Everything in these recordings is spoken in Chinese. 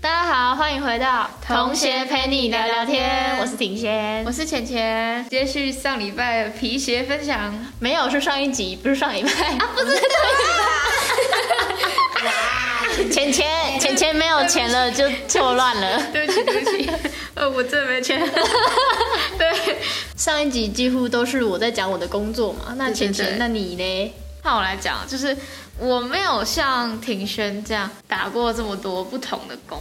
欢迎回到同学陪你聊聊天我是婷贤我。是浅浅，接续上礼拜的皮鞋分享，没有，是上一集，不是上 礼拜啊，不是上礼拜。 钱钱钱钱没有钱了，就错乱了。对不起对不起，呃，我真的没钱。对，上一集几乎都是我在讲我的工作嘛，那对对钱钱，对那你呢？那我来讲，就是我没有像庭轩这样打过这么多不同的工，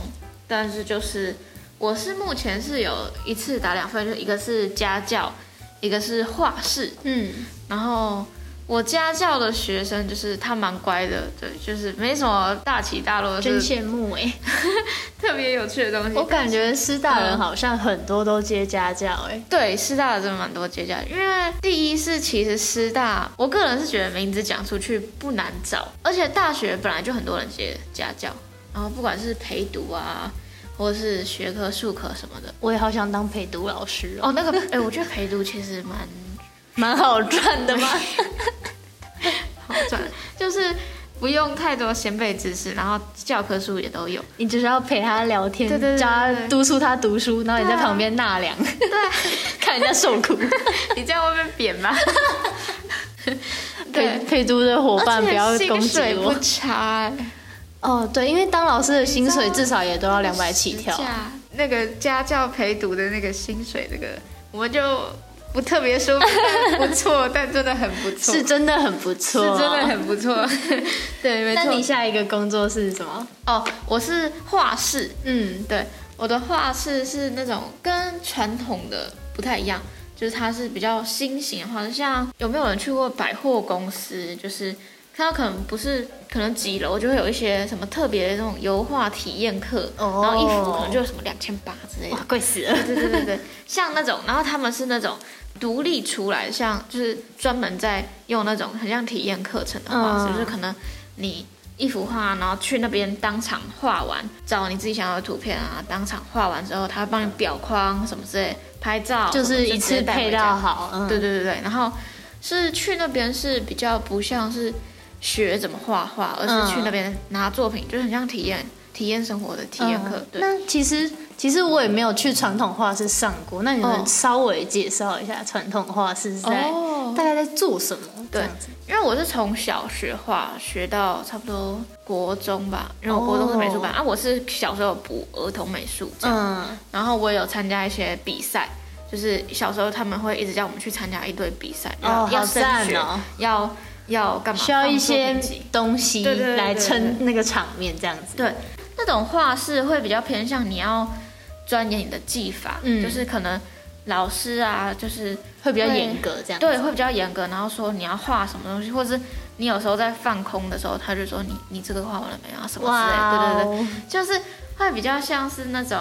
但是就是我是目前是有一次打两份，就是一个是家教，一个是画室，嗯，然后我家教的学生就是他蛮乖的，对，就是没什么大起大落，真就是羡慕哎、特别有趣的东西。我感觉师大嗯人好像很多都接家教哎、对师大的真的蛮多接家，因为第一是其实师大，我个人是觉得名字讲出去不难找，而且大学本来就很多人接家教，然后不管是陪读啊，或是学科、术科什么的。我也好想当陪读老师哦，哦，那个，哎、我觉得陪读其实蛮蛮好赚的嘛。好赚，就是不用太多先辈知识，然后教科书也都有。你就是要陪他聊天，对对对教他对对督促他读书，然后你在对啊旁边纳凉，看人家受 苦。你这样会被扁 吧？陪，陪读的伙伴不要而且攻薪击水不我。差、哎哦，对，因为当老师的薪水你知道至少也都要两百起跳实。价那个家教陪读的那个薪水，那个我们就不特别说但不错，但真的很不错，是真的很不错，是真的。很不错。 对，没错。那你下一个工作是什么？哦，我是画室，嗯，对，我的画室是那种跟传统的不太一样，就是它是比较新型的话，像有没有人去过百货公司？就是看到可能不是，可能几楼就会有一些什么特别的那种油画体验课，哦然后衣服可能就有什么两千八之类的哇，。贵死了。对对对对，像那种，然后他们是那种独立出来，像就是专门在用那种很像体验课程的话，嗯就是可能你一幅画，然后去那边当场画完，找你自己想要的图片啊，当场画完之后，他会帮你裱框什么之类，拍照，就是一直次接带回配家到好，嗯，对，对对对，然后是去那边是比较不像是学怎么画画，而是嗯去那边拿作品，就是很像体验体验生活的体验课。嗯对。那其实其实我也没有去传统画室上过，那你哦们稍微介绍一下传统画室在哦大概在做什么？对这样子因为我是从小学画学到差不多国中吧，因为我国中是美术班、哦啊，我是小时候有补儿童美术这样，嗯，然后我有参加一些比赛，就是小时候他们会一直叫我们去参加一堆比赛，要、哦，要好升赞学，哦，要要干嘛？需要一放些作品集东西对对对对来对撑那个场面，这样子。对，那种画室会比较偏向你要钻研你的技法，嗯就是可能老师啊，就是会比较严格这样。对，会比较严格，然后说你要画什么东西，或者是你有时候在放空的时候，他就说你你这个画完了没有啊，什么哇，哦之类的，对对对，对，就是会比较像是那种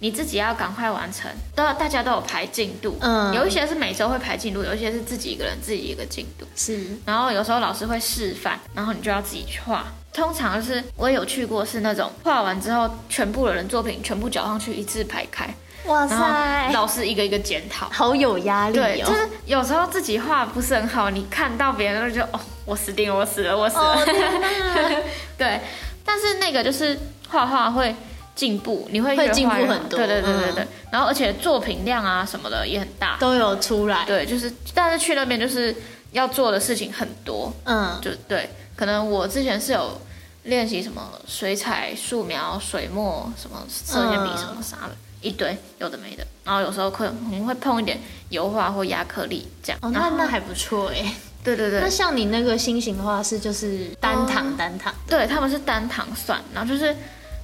你自己要赶快完成，都要大家都有排进度，嗯有一些是每周会排进度，有一些是自己一个人自己一个进度，是然后有时候老师会示范，然后你就要自己去画。通常就是我有去过是那种画完之后，全部的人作品全部交上去一字排开，哇然后塞，老师一个一个检讨。好有压力对，就哦。是有时候自己画不是很好，你看到别人就觉得哦，我死定了，我死了，我死了。哦天哪 对，但是那个就是画画会进步，你会会越进步画越好很多对对对对嗯对。然后而且作品量啊什么的也很大。都有出来，对，就是但是去那边就是要做的事情很多，嗯，就对，可能我之前是有练习什么水彩、素描、水墨、什么色铅笔嗯什么啥的，一堆有的没的。然后有时候可能会碰一点油画或亚克力这样。哦，然那后那还不错哎。对对那对，像你那个新型画室就是单堂单堂，对他们是单堂算，然后就是。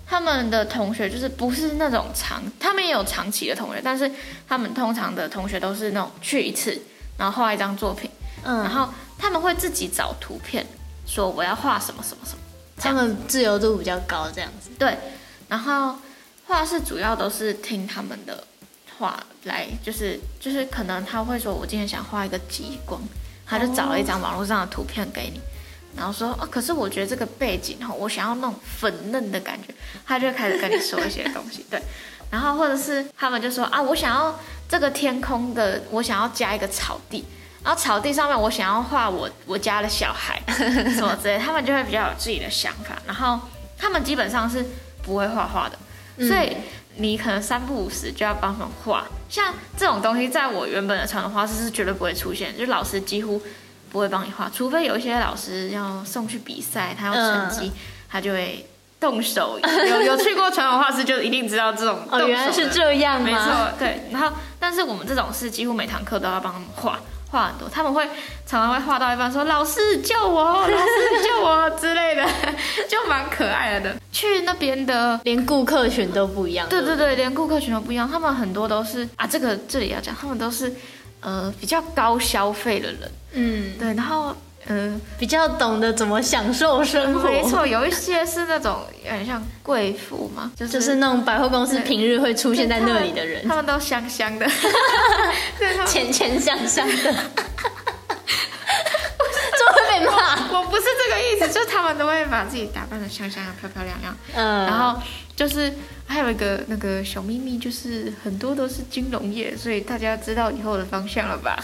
他们的同学就是不是那种长，他们也有长期的同学，但是他们通常的同学都是那种去一次，然后画一张作品，然嗯，后他们会自己找图片，说我要画什么什么什么。他们自由度比较高这样子。对，然后画室主要都是听他们的话来，就是就是可能他会说，我今天想画一个极光，他就找了一张网络上的图片给你。然后说哦，可是我觉得这个背景哈，我想要那种粉嫩的感觉，他就开始跟你说一些东西，对。然后或者是他们就说啊，我想要这个天空的，我想要加一个草地，然后草地上面我想要画我我家的小孩什么之类的，他们就会比较有自己的想法。然后他们基本上是不会画画的，所以你可能三不五时就要帮忙画。像这种东西，在我原本的传统画室是绝对不会出现，就老师几乎不会帮你画，除非有一些老师要送去比赛，他要成绩，嗯他就会。动手有有去过传统画室，就一定知道这种哦，动手的原来是这样没吗？错，对。然后，但是我们这种是几乎每堂课都要帮他们画，画很多。他们会常常会画到一半说：“老师救我，老师救我”之类的， 就蛮可爱的。去那边的，连顾客群都不一样。对对对，连顾客群都不一样，他们很多都是啊，这个这里要讲，他们都是呃比较高消费的人，嗯，对。然后，嗯、比较懂得怎么享受生活。没，错，有一些是那种有点像贵妇嘛，就是就是那种百货公司对平日会出现在那里的人他，们都香香 的，对，他们 钱钱香香的，就会被骂。我不是这个意思，就是他们都会把自己打扮的香香的、漂漂亮亮，嗯，然后就是还有一个那个小秘密，就是很多都是金融业，所以大家知道以后的方向了 吧？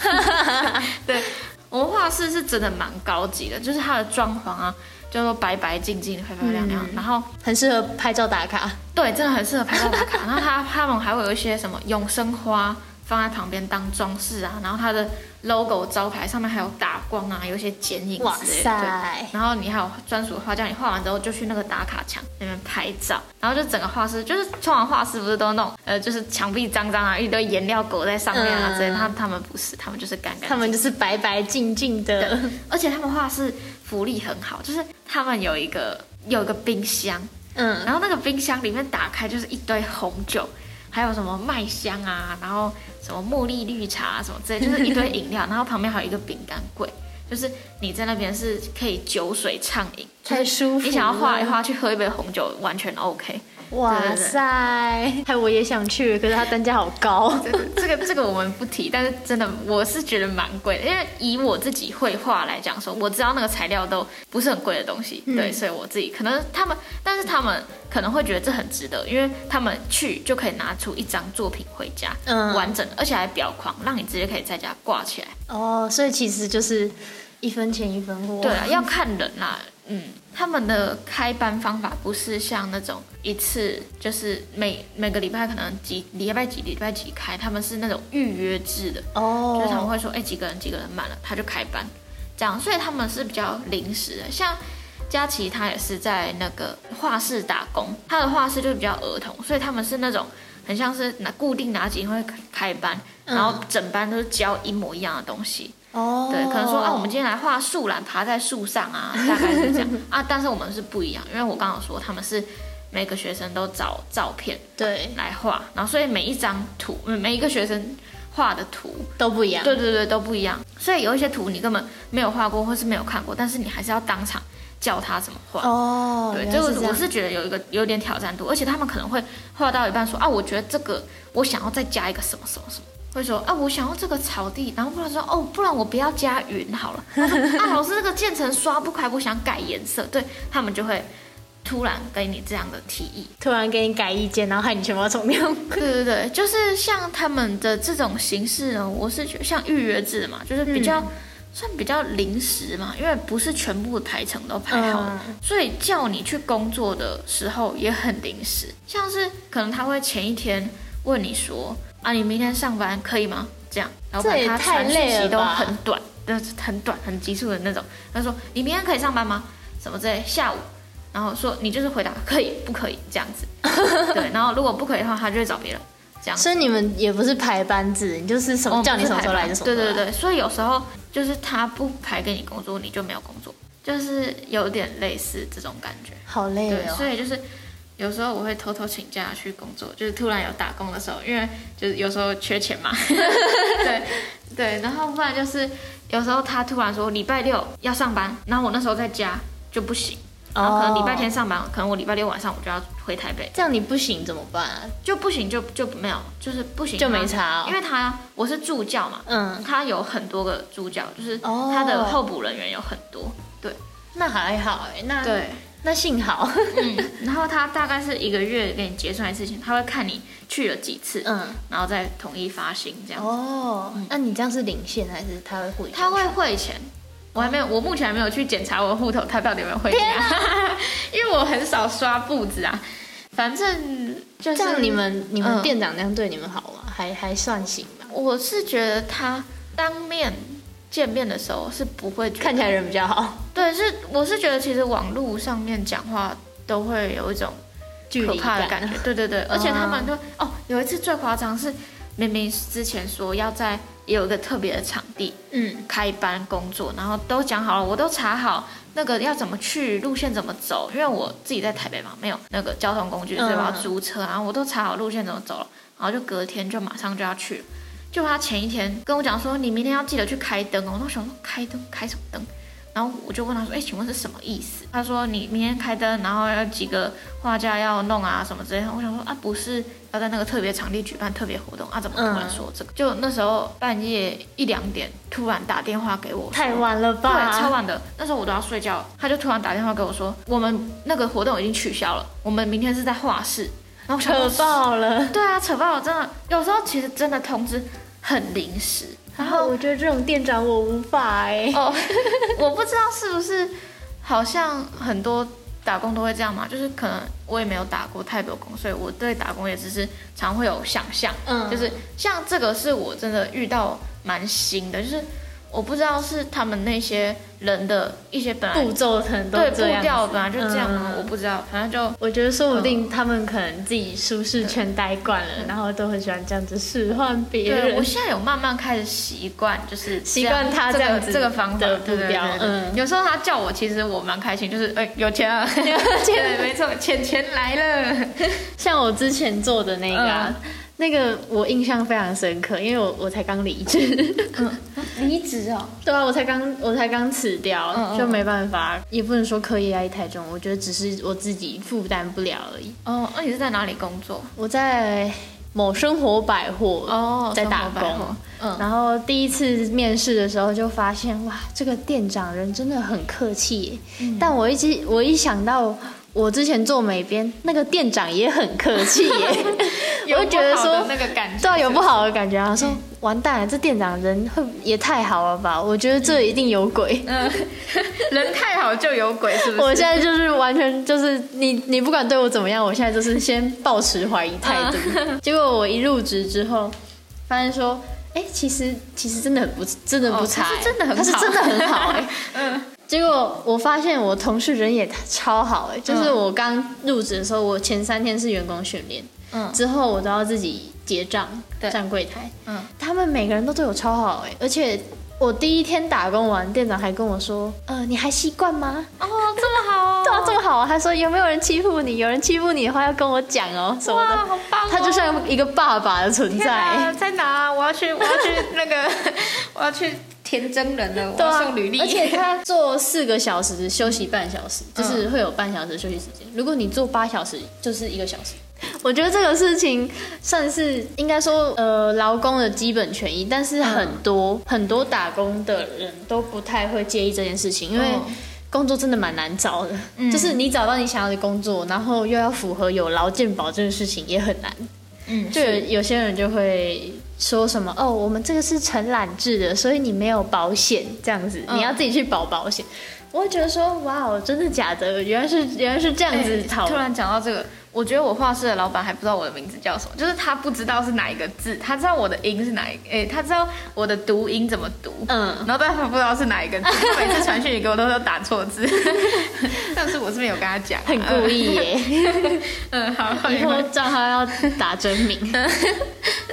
对，我们画室是真的蛮高级的，就是它的装潢啊，叫做白白净净、漂漂亮亮，嗯然后很适合拍照打卡。对，真的很适合拍照打卡。然后它它们还会有一些什么永生花放在旁边当装饰啊，然后它的 logo 招牌上面还有打光啊，有一些剪影哇之类的。塞对然后你啊还有专属的画架，你画完之后就去那个打卡墙那边拍照，然后就整个画室就是通常画室不是都那种呃就是墙壁脏脏啊，一堆颜料狗在上面啊嗯之类的，他他们不是，他们就是干干净净他们就是白白净净的，嗯而且他们画室福利很好，就是他们有一个有一个冰箱。嗯，然后那个冰箱里面打开就是一堆红酒，还有什么麦香啊，然后什么茉莉绿茶、啊、什么之类，就是一堆饮料，然后旁边还有一个饼干柜， 就是你在那边是可以酒水畅饮，太舒服了。你想要画一画去喝一杯红酒完全 OK。哇塞，害我也想去，可是它单价好高。这个这个这个我们不提，但是真的我是觉得蛮贵的，因为以我自己绘画来讲说，我知道那个材料都不是很贵的东西，嗯对，所以我自己可能他们，但是他们可能会觉得这很值得，因为他们去就可以拿出一张作品回家，嗯完整的，而且还裱框，让你直接可以在家挂起来。哦，所以其实就是一分钱一分货。对啊，要看人啦、嗯，他们的开班方法不是像那种一次就是每每个礼拜可能几礼拜几礼拜几开，他们是那种预约制的。就是他们哦，会说，哎、几个人几个人满了，他就开班，这样，所以他们是比较临时的。像佳琪她也是在那个画室打工，她的画室就是比较儿童，所以他们是那种很像是拿固定哪几天会开班，嗯然后整班都是教一模一样的东西。哦，对，可能说啊，我们今天来画树懒爬在树上啊，大概是这样啊。但是我们是不一样，因为我刚刚有说他们是每个学生都找照片对来画，然后所以每一张图，每一个学生画的图都不一样。对对对，都不一样。所以有一些图你根本没有画过，或是没有看过，但是你还是要当场教他怎么画。哦，对，原这来个是这我样。是觉得有一个有点挑战度，而且他们可能会画到一半说啊，我觉得这个我想要再加一个什么什么什么。会说啊，我想要这个草地，然后不然说哦，不然我不要加云好 了。他说啊，老师这个渐层刷不开，我想改颜色。对他们就会突然给你这样的提议，突然给你改意见，然后害你全部要重 用。对对对，就是像他们的这种形式呢，我是觉得像预约制嘛，就是比较、嗯算比较临时嘛，因为不是全部的排程都排好了，嗯所以叫你去工作的时候也很临时。像是可能他会前一天问你说啊，你明天上班可以吗？这样，老这板也他太传讯累息了都吧很短，就是很短很急促的那种。他说你明天可以上班吗？什么之类，下午。然后说你就是回答可以不可以这样 子，对，然后如果不可以的话，他就会找别人。所以你们也不是排班制，你就是什么我们叫你哦不是什么时候排来班就什么对时候来。对对，所以有时候就是他不排给你工作，你就没有工作，就是有点类似这种感觉。好累对，哦。所以就是有时候我会偷偷请假去工作，就是突然有打工的时候，因为就是有时候缺 钱嘛。对对，然后不然就是有时候他突然说礼拜六要上班，然后我那时候在家就不行，然后可能礼哦拜天上班，可能我礼拜六晚上我就要回台北，这样你不行怎么办啊？就不行就就没有，就是不行就他没差哦因为他我是助教嘛，嗯，他有很多个助教，就是哦他的候补人员有很多。对那还好哎，那对，那幸 好。嗯，然后他大概是一个月给你结算一次钱，他会看你去了几次，嗯，然后再统一发薪这样。哦，那你这样是领现还是他会汇？他会汇钱，我还没有，我目前还没有 去检查我的户头，他到底有没有汇钱啊、因为我很少刷步子啊。反正就是这样你们你们嗯店长那样对你们好吗？还还算行吧，我是觉得他当面见面的时候是不会觉得看起来人比较 好，对，是我是觉得其实网络上面讲话都会有一种距可离怕的感觉，对 对对，而且他们就哦，有一次最夸张是明明之前说要在有一个特别的场地嗯，开班工作，然后都讲好了，我都查好那个要怎么去，路线怎么走，因为我自己在台北嘛，没有那个交通工具，所以我要租车，然后我都查好路线怎么走了，然后就隔天就马上就要去了。就他前一天跟我讲说，你明天要记得去开灯哦。我都想说开灯开什么灯？然后我就问他说，哎，请问是什么意思？他说你明天开灯，然后要几个画架要弄啊什么之类的。我想说啊，不是要在那个特别场地举办特别活动啊？怎么突然说这个？就那时候半夜一两点突然打电话给我说，太晚了吧？对，超晚的。那时候我都要睡觉，他就突然打电话给我说，我们那个活动已经取消了，我们明天是在画室。然后我想扯说爆 了。对啊，扯爆！真的，有时候其实真的通知很临时，然然后后我觉得这种店长我无法 哎、哦，我不知道是不是好像很多打工都会这样嘛，就是可能我也没有打过太多工，所以我对打工也只是常会有想象，嗯就是像这个是我真的遇到蛮新的，就是我不知道是他们那些人的一些本来步骤可能都对这样子步调嗯本来就这样嘛，嗯我不知道，反正就我觉得说不定他们可能自己舒适圈待惯了，然后都很喜欢这样子使唤别嗯对，我人。现在有慢慢开始习惯，就是这习惯他这这个样子这个方法的对对步调对对嗯有时候他叫我，其实我蛮开心，就是哎、有钱啊， 对，没错，钱钱来了。像我之前做的那个、啊，嗯那个我印象非常深刻，因为我我才刚离职。嗯离职哦， 对啊，我才刚我才刚辞掉，嗯嗯就没办法，也不能说刻意压力太重，我觉得只是我自己负担不了而已。哦，那你是在哪里工作？我在某生活百货哦在打生活百工货，嗯然后第一次面试的时候就发现，哇，这个店长人真的很客气耶。嗯但我一直我一想到我之前做美编，那个店长也很客气耶，我就觉得 有不好说的那个感觉，对啊，有不好的感觉啊，说完蛋了，这店长人会也太好了吧？我觉得这一定有鬼。嗯，人太好就有鬼，是不是？我现在就是完全就是你，你不管对我怎么样，我现在就是先抱持怀疑态 度。结果我一入职之后，发现说，哎、其实其实真的很不，真的不哦差、他欸是真的很他是好真的很好、哎。 嗯结果我发现我同事人也超好嗯哎、就是我刚入职的时候，我前三天是员工训练，嗯之后我都要自己结账，对站柜台，嗯，他们每个人都对我超好哎、而且我第一天打工完，店长还跟我说，呃，你还习惯吗？哦，这么好哦，对啊，这么好、啊，他说有没有人欺负你？有人欺负你的话要跟我讲哦什么哇，的，好棒、哦！他就像一个爸爸的存天啊在。在哪啊？我要去，我要去那个， 我要去填真人了，我对要啊送履历，。而且他做四个小时休息半小时，就是会有半小时休息时间。如果你做八小时，就是一个小时。 我觉得这个事情算是应该说，呃，劳工的基本权益，但是很多、很多打工的人都不太会介意这件事情，因为嗯工作真的蛮难找的，就是你找到你想要的工作，然后又要符合有劳健保这个事情也很难。嗯就有有些人就会说什么哦，我们这个是承揽制的，所以你没有保险这样子，嗯你要自己去保保险。我会觉得说，哇哦，真的假的？原来是原来是这样子哎讨突论。然讲到这个，我觉得我画室的老板还不知道我的名字叫什么，就是他不知道是哪一个字，他知道我的音是哪一，哎、他知道我的读音怎么读，嗯然后但他不知道是哪一个 字，他每次传讯息给我都说打错字， 但是我是没有跟他讲啊、很故意耶， 嗯，好，以后账号要打真名。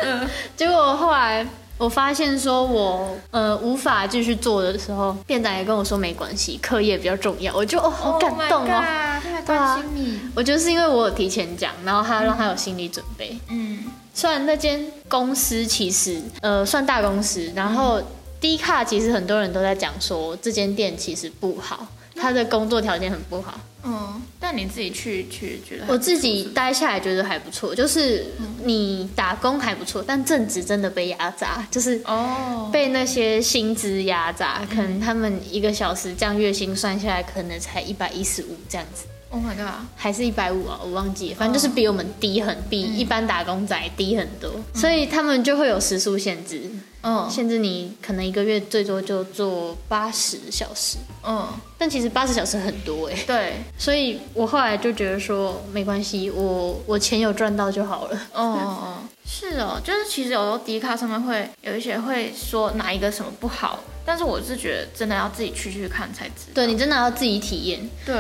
嗯结果后来我发现说我呃无法继续做的时候，店长也跟我说没关系，课业比较重要。我就哦好感动 Oh 哦 my god，他还对啊关心你，我就是因为我有提前讲，然后他让他有心理准备。嗯虽然那间公司其实呃算大公司，然后低卡其实很多人都在讲说这间店其实不好，他的工作条件很不好。嗯，但你自己去去觉得还我自己待下来觉得还不错，就是你打工还不错，但正职真的被压榨，就是哦，被那些薪资压榨，可能他们一个小时这样月薪算下来可能才一百一十五这样子。 Oh my god！还是一百五啊，我忘记了，反正就是比我们低很，比一般打工仔低很多，所以他们就会有时数限制，嗯限制你可能一个月最多就做八十小时，嗯，但其实八十小时很多哎、对，所以我后来就觉得说没关系，我我钱有赚到就好了。哦嗯哦，哦是哦，就是其实有时候迪卡上面会有一些会说哪一个什么不好，但是我是觉得真的要自己去去看才知道。对你真的要自己体验，对，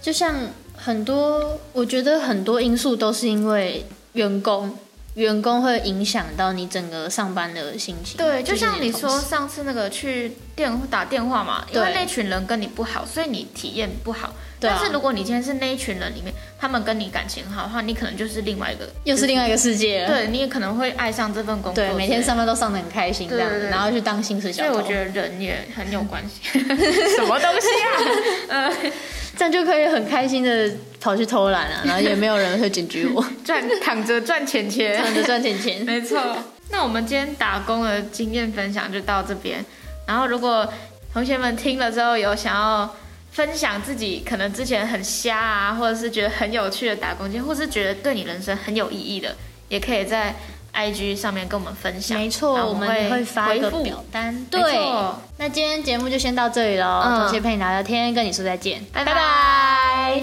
就像很多，我觉得很多因素都是因为员工，员工会影响到你整个上班的心情。对，就是像你的同说事，上次那个去电打电话嘛，因对为那群人跟你不好，所以你体验不好。对啊但是如果你今天是那一群人里面，他们跟你感情好的话，你可能就是另外一个，又是另外一个世界了。对你也可能会爱上这份工作。对，每天。上班都上得很开心这样对对子，对然后去当薪水小所以偷，我觉得人也很有关系。 什么东西啊？这样就可以很开心的跑去偷懒啊，然后也没有人会检举 我，赚躺着赚钱这样钱。子赚钱钱。 没错。那我们今天打工的经验分享就到这边。然后，如果同学们听了之后有想要分享自己可能之前很瞎啊，或者是觉得很有趣的打工经验，或是觉得对你人生很有意义的，也可以在 IG 上面跟我们分享。没错，然后我我们会会发一个回复表单。没对错，那今天节目就先到这里喽，嗯同学陪你聊聊天，跟你说再见，拜拜